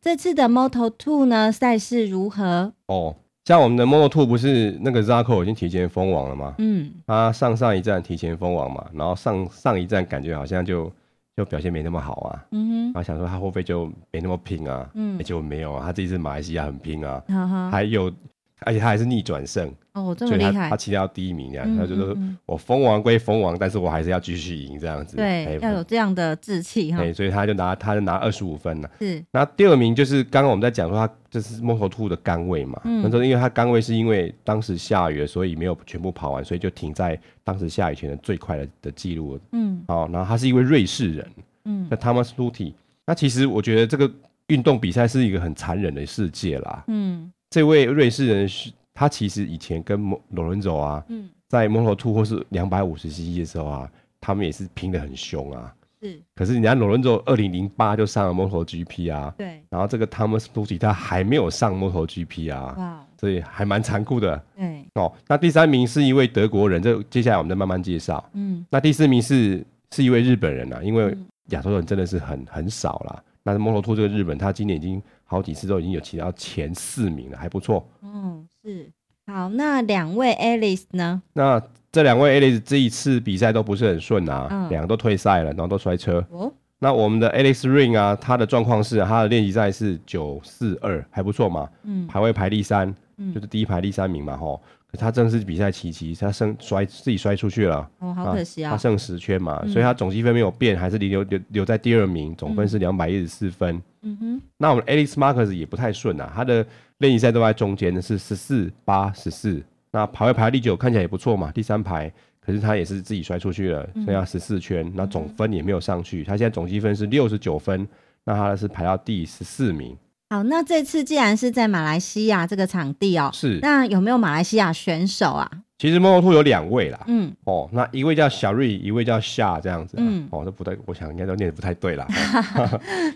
这次的 Moto Two 呢赛事如何？哦，像我们的 Moto Two 不是那个 Zarco 已经提前封王了吗？嗯，他上上一站提前封王嘛，然后上上一站感觉好像就就表现没那么好啊，嗯然后想说他会不会就没那么拼啊？嗯欸结果没有啊，他这一次马来西亚很拼啊，哼，哈哈，还有而且他还是逆转胜，哦，这所么以厉他害他，骑到第一名这样，嗯他就说嗯嗯我封王归封王，但是我还是要继续赢这样子。对欸，要有这样的志气哈欸，所以他就拿他就拿二十五分了。啊是，那第二名就是刚刚我们在讲说他这是 Moto Two 的杆位嘛，嗯那时候因为他杆位是因为当时下雨了，所以没有全部跑完，所以就停在当时下雨前的最快的的记录。嗯好，然后他是一位瑞士人，嗯那 Thomas Luty。那其实我觉得这个运动比赛是一个很残忍的世界啦。嗯这位瑞士人是他其实以前跟摩罗伦佐啊，嗯，在 Moto Two 或是两百五十 cc 的时候啊，他们也是拼得很凶啊。是可是人家罗伦佐二零零八就上了 Moto GP 啊，对，然后这个 Thomas Lucy 他还没有上 MotoGP 啊，哇，所以还蛮残酷的对，哦。那第三名是一位德国人，这接下来我们再慢慢介绍。嗯那第四名是是一位日本人啊，因为嗯亚洲人真的是很很少啦。那 Moto2 这个日本，他今年已经好几次都已经有骑到前四名了，还不错。嗯是。好，那两位 Alice 呢？那这两位 Alex 这一次比赛都不是很顺啊，嗯两个都退赛了，然后都摔车。哦，那我们的 Alex Ring 啊，他的状况是啊他的练习赛是九四二，还不错嘛。嗯排位排第三，嗯就是第一排第三名嘛，吼。可他正式比赛期期，他剩摔自己摔出去了，哦，好可惜啊他，剩十圈嘛，嗯所以他总积分没有变，还是留留留在第二名，总分是两百一十四分。嗯哼，那我们 Alex Marcus 也不太顺啊，他的练习赛都在中间，是十四八十四。那排位排到第九，看起来也不错嘛，第三排。可是他也是自己摔出去了，嗯剩下十四圈，那总分也没有上去。他现在总积分是六十九分，那他是排到第十四名。好，那这次既然是在马来西亚这个场地哦，是，那有没有马来西亚选手啊？其实 Moto 2有两位啦，嗯，哦，那一位叫小瑞，一位叫夏，这样子、啊。嗯哦，这不太，我想应该都念的不太对啦。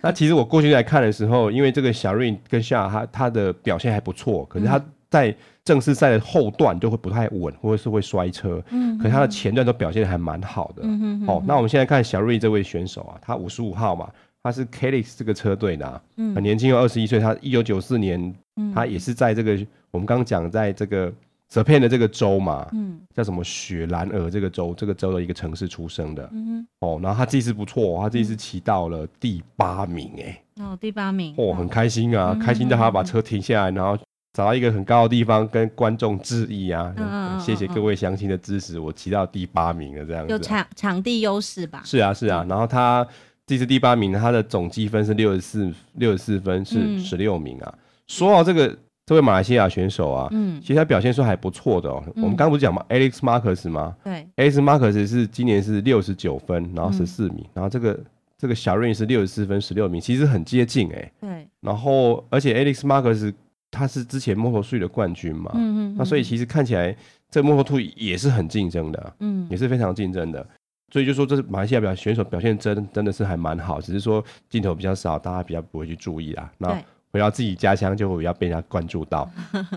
那其实我过去来看的时候，因为这个小瑞跟夏他他的表现还不错，可是嗯他在正式赛的后段就会不太稳，或者是会摔车。嗯可是他的前段都表现的还蛮好的。嗯哼哼哦，那我们现在看小瑞这位选手啊，他五十五号嘛，他是 k a l i x 这个车队的、啊，嗯很年轻哦，二十一岁。他一九九四年，嗯他也是在这个我们刚刚讲在这个 s 片的这个州嘛，嗯叫什么雪兰莪这个州，这个州的一个城市出生的嗯哦。然后他这一次不错哦，他这一次骑到了第八名，哎，哼，哦，第八名，哦，很开心啊，嗯开心到他把车停下来，然后找到一个很高的地方跟观众致意啊，嗯嗯嗯谢谢各位乡亲的支持，我骑到第八名了，这样有子啊。场场地优势吧？是啊，是啊。然后他这次第八名，他的总积分是六十四六十四分，是嗯十六名啊。说到这个这位马来西亚选手啊，嗯其，实他表现说还不错的哦。我们刚刚不是讲嘛，Alex Marcus 吗？对， Alex Marcus 是今年是六十九分，然后嗯十四名，然后这个这个小瑞是六十四分十六名，其实很接近哎、对，然后而且 Alex Marcus 他是之前 Moto 2的冠军嘛，嗯嗯，啊那所以其实看起来这 Moto 2也是很竞争的，啊嗯也是非常竞争的。所以就说这是马来西亚表选手表现真真的是还蛮好，只是说镜头比较少，大家比较不会去注意啊。那对回到自己家乡就会比较被人家关 注到。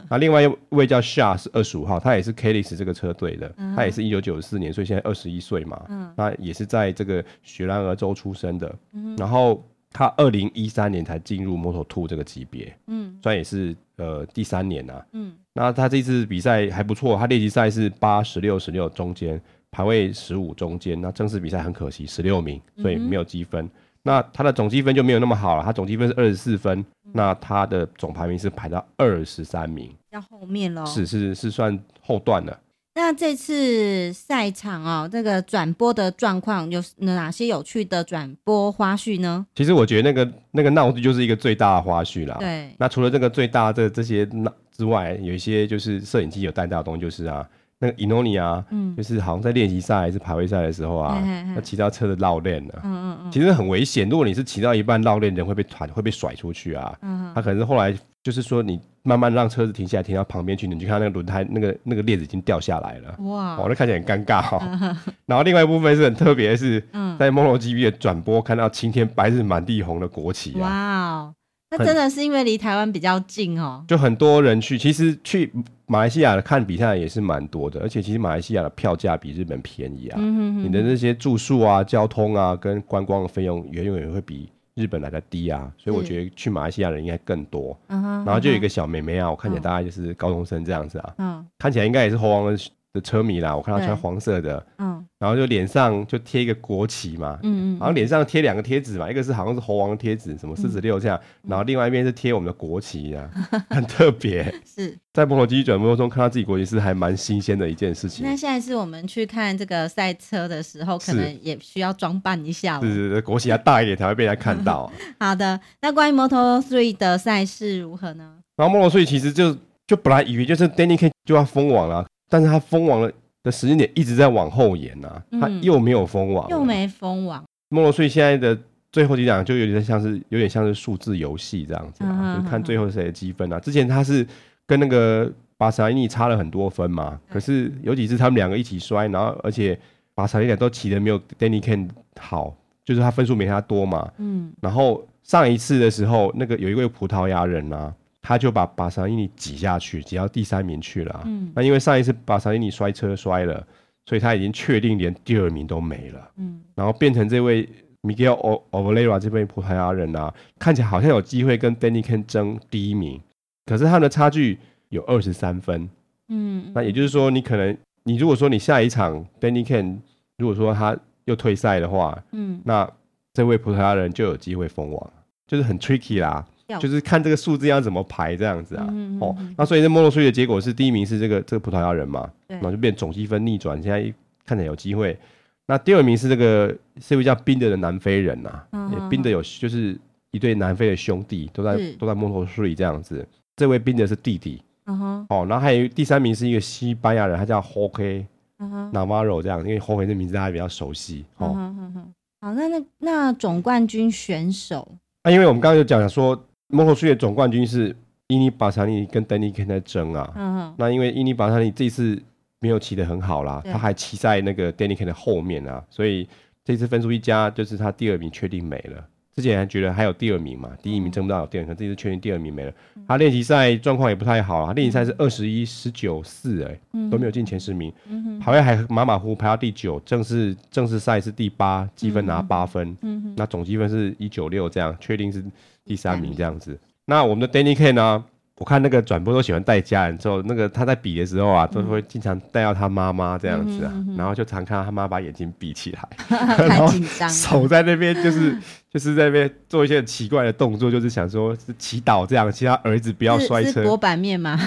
那另外一位叫 Shah 是二十五号，他也是 k a l i x 这个车队的，嗯哼他也是一九九四年，所以现在二十一岁嘛。嗯那也是在这个雪兰莪州出生的，嗯然后他二零一三年才进入 Moto Two 这个级别，嗯虽然也是呃第三年啊。嗯那他这次比赛还不错，他练习赛是八十六十六中间排位十五中间，那正式比赛很可惜十六名，嗯所以没有积分。那他的总积分就没有那么好了，他总积分是二十四分，嗯那他的总排名是排到二十三名，要后面喽。是是是算后段了。那这次赛场哦，这个转播的状况有哪些有趣的转播花絮呢？其实我觉得那个那个闹剧就是一个最大的花絮啦。对，那除了这个最大的这些那之外，有一些就是摄影机有带到的东西，就是啊，那个 Inoni 啊，嗯就是好像在练习赛还是排位赛的时候啊嘿嘿嘿，他骑到车的绕链了。嗯嗯嗯其实很危险，如果你是骑到一半绕链，人会被团会被甩出去啊。嗯他可能是后来就是说你慢慢让车子停下来，停到旁边去，你就看到那个轮胎那个那个链子已经掉下来了，嗯，哇哦，，那看起来很尴尬哦。然后另外一部分是很特别，是嗯，在 MotoGP 的转播看到青天白日满地红的国旗啊，哇哦，那很真的是因为离台湾比较近哦。就很多人去，其实去马来西亚看比赛也是蛮多的，而且其实马来西亚的票价比日本便宜啊，嗯哼哼你的那些住宿啊、交通啊跟观光的费用远远会比日本来的低啊，所以我是觉得去马来西亚人应该更多。嗯哼，然后就有一个，个小妹妹啊，我看起来嗯大概就是高中生这样子啊，嗯看起来应该也是猴王的的车迷啦。我看她对穿黄色的，嗯然后就脸上就贴一个国旗嘛，嗯嗯嗯好像脸上贴两个贴纸嘛，一个是好像是猴王的贴纸，什么四十六这样，然后另外一边是贴我们的国旗啊， 很特别。嗯，是。在摩托机转播中看到自己国旗是还蛮新鲜的一件事情那。下一次我们去看这个赛车的时候，可是能也需要装扮一下了是。是是，国旗要大一点才会被人家看到啊、好的，那关于 Moto Three 的赛事如何呢？然后摩托所以其实就就本来以为就是 Danny K 就要封网了，啊但是他封网了的时间点一直在往后延呐、嗯他又没有封网，又。没封网，摩托所以现在的最后几档就有点像是有点像是数字游戏这样子、嗯啊，哼就是看最后谁的积分啊。之前他是跟那个巴萨利尼差了很多分嘛，可是有几次他们两个一起摔，然后而且巴萨利尼都骑的没有 Danny K 好，就是他分数没他多嘛。嗯，然后上一次的时候，那个有一位葡萄牙人啊，他就把巴萨伊尼挤下去，挤到第三名去了啊、嗯那因为上一次巴萨伊尼摔车摔了，所以他已经确定连第二名都没了。嗯，然后变成这位 Miguel O Oliveira 这位葡萄牙人啊，看起来好像有机会跟 Danny Ken 争第一名，可是他的差距有二十三分。嗯，那也就是说，你可能你如果说你下一场 Danny Ken 如果说他又退赛的话，嗯，那这位葡萄牙人就有机会封王，就是很 tricky 啦要，就是看这个数字要怎么排这样子啊。嗯嗯嗯哦嗯，那所以这摩洛税的结果是第一名是这个这个葡萄牙人嘛，对然后就变总积分逆转，现在看起来有机会。那第二名是这个是一位叫宾德的南非人呐、嗯也嗯宾德有就是一对南非的兄弟都在是都在摩洛税这样子。这位宾德是弟弟嗯哼，哦，然后还有第三名是一个西班牙人，他叫 Jorge 嗯哼， Navarro 这样，因为 Jorge 这名字大家比较熟悉哦。嗯哼嗯哼，好，那那那总冠军选 手，啊，因为我们刚刚有讲说，摩托区的总冠军是伊尼巴萨利跟丹尼肯在争啊。嗯哼，那因为伊尼巴萨利这次没有骑得很好啦，对他还骑在那个丹尼肯的后面啊，所以这次分数一加，就是他第二名确定没了。之前还觉得还有第二名嘛，第一嗯名争不到有第二名，可这次确定第二名没了。他练习赛状况也不太好啊，练习赛是二十一、十九、四，哎，嗯都没有进前十名，嗯哼，好像还马马虎虎排到第九，正式正式赛是第八，积分拿八分，嗯哼，那总积分是一九六，这样确定是第第三三名名这样子。那我们的 Danny K 呢？我看那个转播都喜欢带家人，之后那个他在比的时候啊，都会嗯经常带到他妈妈这样子啊，然后就常看到他妈把眼睛闭起来，然太后紧张了，手在那边 就是就是在那边做一些很奇怪的动作，就是想说是祈祷这样，其他儿子不要是摔是薄车，板面嘛，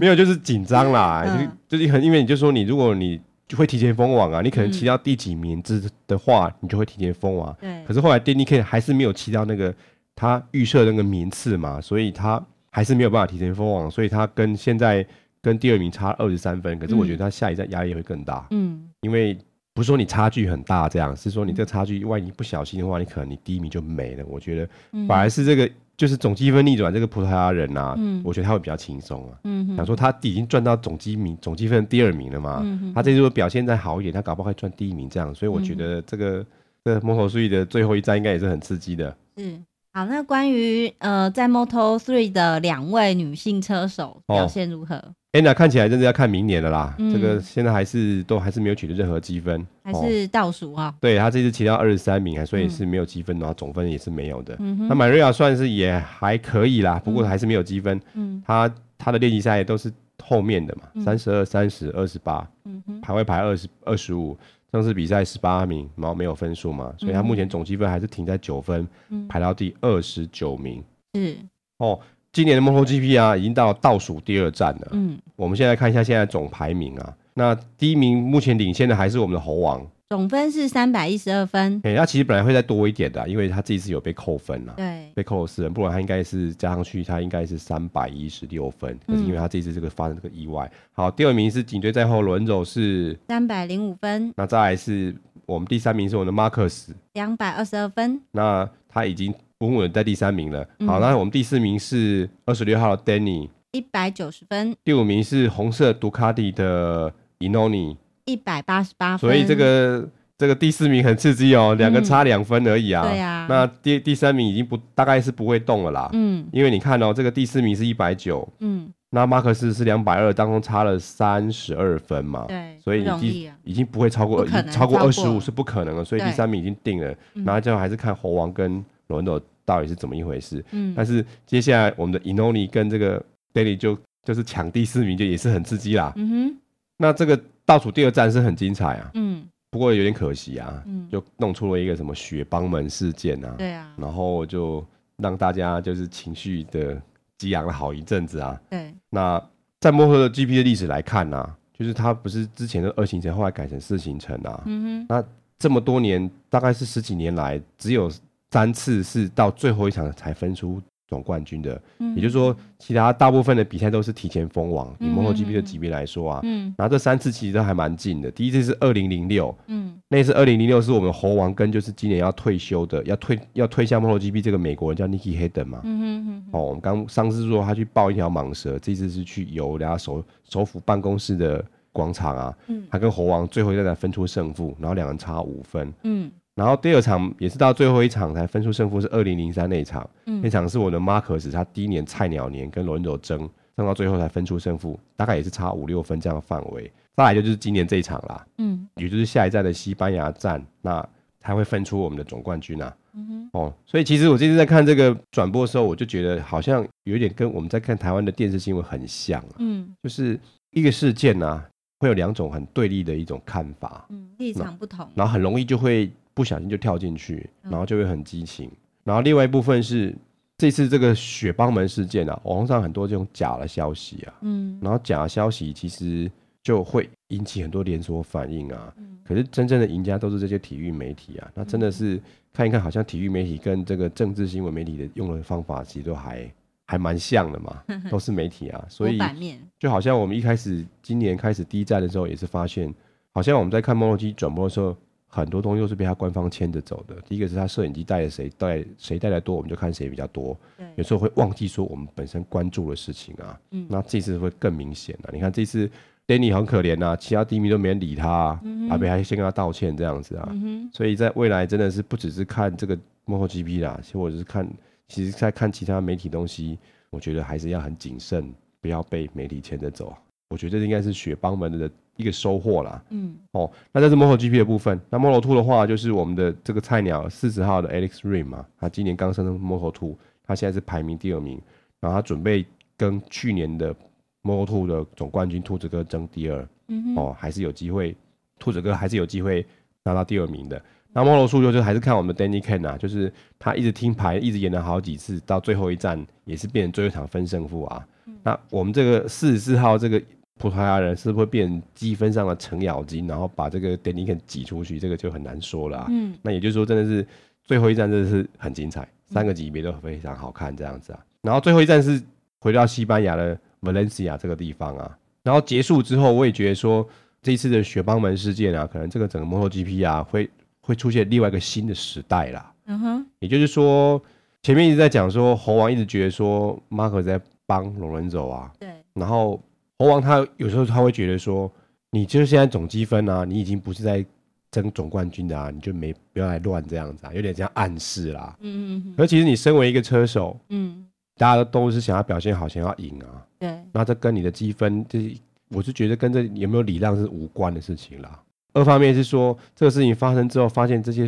没有就是紧张啦，嗯就是就是很因为你就说你如果你会提前封网啊，你可能嗯骑到第几名之的话，你就会提前封网啊，对可，是后来 Danny K 还是没有骑到那个他预设的那个名次嘛，所以他还是没有办法提前封王，所以他跟现在跟第二名差二十三分。可是我觉得他下一站压力会更大，嗯，因为不是说你差距很大这样，是说你这个差距万一不小心的话，你可能你第一名就没了。我觉得嗯反而是这个就是总积分逆转这个葡萄牙人啊，嗯我觉得他会比较轻松啊。嗯哼，想说他已经赚到总积名总积分的第二名了嘛，嗯嗯哼他这次如果表现再好一点，他搞不好可以赚第一名这样，所以我觉得这个、这个摩托数的最后一站应该也是很刺激的。是。好，那关于呃，在 Moto Three 的两位女性车手表哦现如何？ Anna 看起来真的要看明年了啦，嗯这个现在还是都还是没有取得任何积分，还哦、是倒数啊？对他这次骑到二十三名啊，所以嗯是没有积分，然后总分也是没有的。嗯那哼，马瑞亚算是也还可以啦，不过嗯还是没有积分。嗯他他的练习赛都是后面的嘛，嗯三十二、三十、二十八，嗯哼，排位排二十二十五，正式比赛十八名，然后没有分数嘛，所以他目前总积分还是停在九分，嗯排到第二十九名。是，哦，今年的 MotoGP 啊，已经到倒数第二站了。嗯，我们现在看一下现在总排名啊，那第一名目前领先的还是我们的猴王。总分是三百一十二分。哎、他其实本来会再多一点的啊、因为他这一次有被扣分啊。对，被扣了四分，不然他应该是加上去，他应该是三百一十六分。可是嗯因为他这次这个发生这个意外，好，第二名是紧追在后，轮轴是三百零五分，那再来是我们第三名是我们的马克斯，两百二十二分。那他已经稳稳地在第三名了。嗯好，那我们第四名是二十六号的 Danny，一百九十分，第五名是红色杜卡迪的 Inoni，一百八十八分。嗯所以这个这个第四名很刺激哦，两个差两分而已啊。对啊那第第三名已经不大概是不会动了啦，嗯因为你看哦，这个第四名是一百九，嗯，那马克思是两百二，当中差了三十二分嘛。对，所以不你容易第啊。已经不会超过，不已可经能超过超过二十五是不可能的，所以第对嗯三名已经定了。然后最后还是看猴王跟罗恩斗到底是怎么一回事。嗯但是接下来我们的 Inoni 跟这个 Daily 就就是抢第四名，就也是很刺激啦。嗯哼，那这个倒数第二站是很精彩啊，嗯不过有点可惜啊，嗯，就弄出了一个什么雪邦门事件啊，对啊，然后就让大家就是情绪的激昂了好一阵子啊。对，那在摩托的 GP 的历史来看呢、啊，就是它不是之前的二行程，后来改成四行程啊，嗯哼，这么多年，大概是十几年来，只有三次是到最后一场才分出总冠军的。嗯也就是说，其他大部分的比赛都是提前封王。以嗯 MotoGP 嗯的嗯级别来说啊，嗯然后这三次其实都还蛮近的。第一次是二零零六，嗯那次二零零六是我们猴王跟就是今年要退休的，要退要退下 MotoGP 这个美国人叫 Nicky Hayden 嘛。嗯哼嗯哼，哦，我们刚上次说他去抱一条蟒蛇，这次是去游人家首首府办公室的广场啊，嗯他跟猴王最后一站才分出胜负，然后两人差五分。嗯然后第二场也是到最后一场才分出胜负，是二零零三那一场，嗯那场是我的 Marcus 他第一年菜鸟年跟罗恩佐争，争到最后才分出胜负，大概也是差五六分这样的范围。再来就是今年这一场啦，嗯也就是下一站的西班牙站，那才会分出我们的总冠军啊。嗯哦，所以其实我这次在看这个转播的时候，我就觉得好像有一点跟我们在看台湾的电视新闻很像啊，嗯就是一个事件啊，会有两种很对立的一种看法。嗯，立场不同，然后很容易就会不小心就跳进去，嗯然后就会很激情。然后另外一部分是这次这个雪邦门事件啊，网络上很多这种假的消息啊，嗯然后假的消息其实就会引起很多连锁反应啊。嗯可是真正的赢家都是这些体育媒体啊，那真的是看一看，好像体育媒体跟这个政治新闻媒体的用的方法其实都还还蛮像的 嘛，都是媒体啊，所我以版面，就好像我们一开始今年开始第一站的时候，也是发现，好像我们在看 m o t o 转播的时候，很多东西都是被它官方牵着走的。第一个是它摄影机带的谁带谁带的多，我们就看谁比较多。有对，时候会忘记说我们本身关注的事情啊。嗯那这次会更明显啊了、你看这次 Danny 很可怜呐、其他第一名都没人理他、啊，阿北还先跟他道歉这样子啊。嗯哼，所以在未来真的是不只是看这个 MotoGP 啦，其实我就是看，其实在看其他媒体东西，我觉得还是要很谨慎，不要被媒体牵着走。我觉得这应该是雪邦们的一个收获啦。嗯哦，那这是 MotoGP 的部分。那 Moto Two 的话，就是我们的这个菜鸟四十号的 Alex Rim 嘛，他今年刚升上 Moto Two，他现在是排名第二名，然后他准备跟去年的 Moto Two 的总冠军兔子哥争第二。嗯哼，哦，还是有机会，兔子哥还是有机会拿到第二名的。那摩罗数就是还是看我们的 Danny Ken 啊，就是他一直听牌，一直演了好几次，到最后一站也是变成最后一场分胜负啊。那我们这个四十四号这个葡萄牙人是不是会变积分上的程咬金，然后把这个 Danny Ken 挤出去，这个就很难说了、啊。嗯那也就是说，真的是最后一站真的是很精彩，三个级别都非常好看这样子啊。然后最后一站是回到西班牙的 Valencia 这个地方啊。然后结束之后，我也觉得说这一次的雪邦门事件啊，可能这个整个 MotoGP 啊会会出现另外一个新的时代啦。嗯哼，也就是说，前面一直在讲说猴王一直觉得说马可在帮龙人走啊，对，然后猴王他有时候他会觉得说，你就是现在总积分啊，你已经不是在争总冠军的啊，你就没不要来乱这样子啊，有点像暗示啦。嗯嗯而其实你身为一个车手，嗯，大家都是想要表现好，想要赢啊，对，那这跟你的积分，这我是觉得跟这有没有礼让是无关的事情啦。二方面是说，这个事情发生之后，发现这些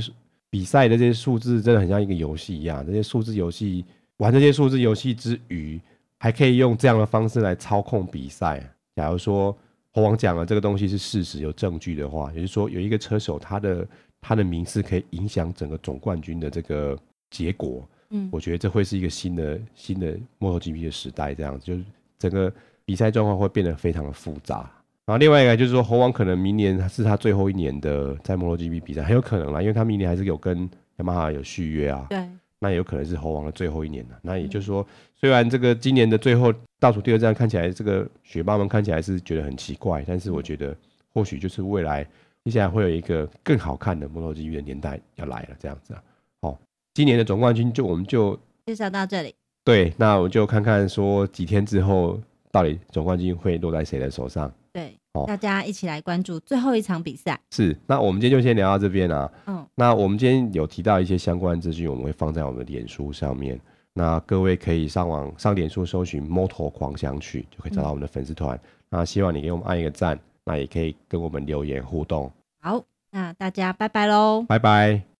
比赛的这些数字真的很像一个游戏一样，这些数字游戏玩这些数字游戏之余，还可以用这样的方式来操控比赛。假如说猴王讲了这个东西是事实，有证据的话，也就是说有一个车手他的他的名次可以影响整个总冠军的这个结果，嗯我觉得这会是一个新的新的 MotoGP 的时代，这样子就是整个比赛状况会变得非常的复杂。然后另外一个就是说，猴王可能明年是他最后一年的在 MotoGP 比赛，很有可能啦，因为他明年还是有跟雅马哈有续约啊，对，那也有可能是猴王的最后一年了。那也就是说，虽然这个今年的最后倒数第二站看起来这个雪霸们看起来是觉得很奇怪，但是我觉得或许就是未来接下来会有一个更好看的 MotoGP 的年代要来了，这样子啊。哦，今年的总冠军就我们就介绍到这里，对，那我就看看说几天之后到底总冠军会落在谁的手上。对，哦大家一起来关注最后一场比赛，是，那我们今天就先聊到这边啊。嗯，那我们今天有提到一些相关资讯，我们会放在我们的脸书上面。那各位可以上网上脸书搜寻 “Moto 狂想曲”，就可以找到我们的粉丝团。那希望你给我们按一个赞，那也可以跟我们留言互动。好，那大家拜拜喽。拜拜。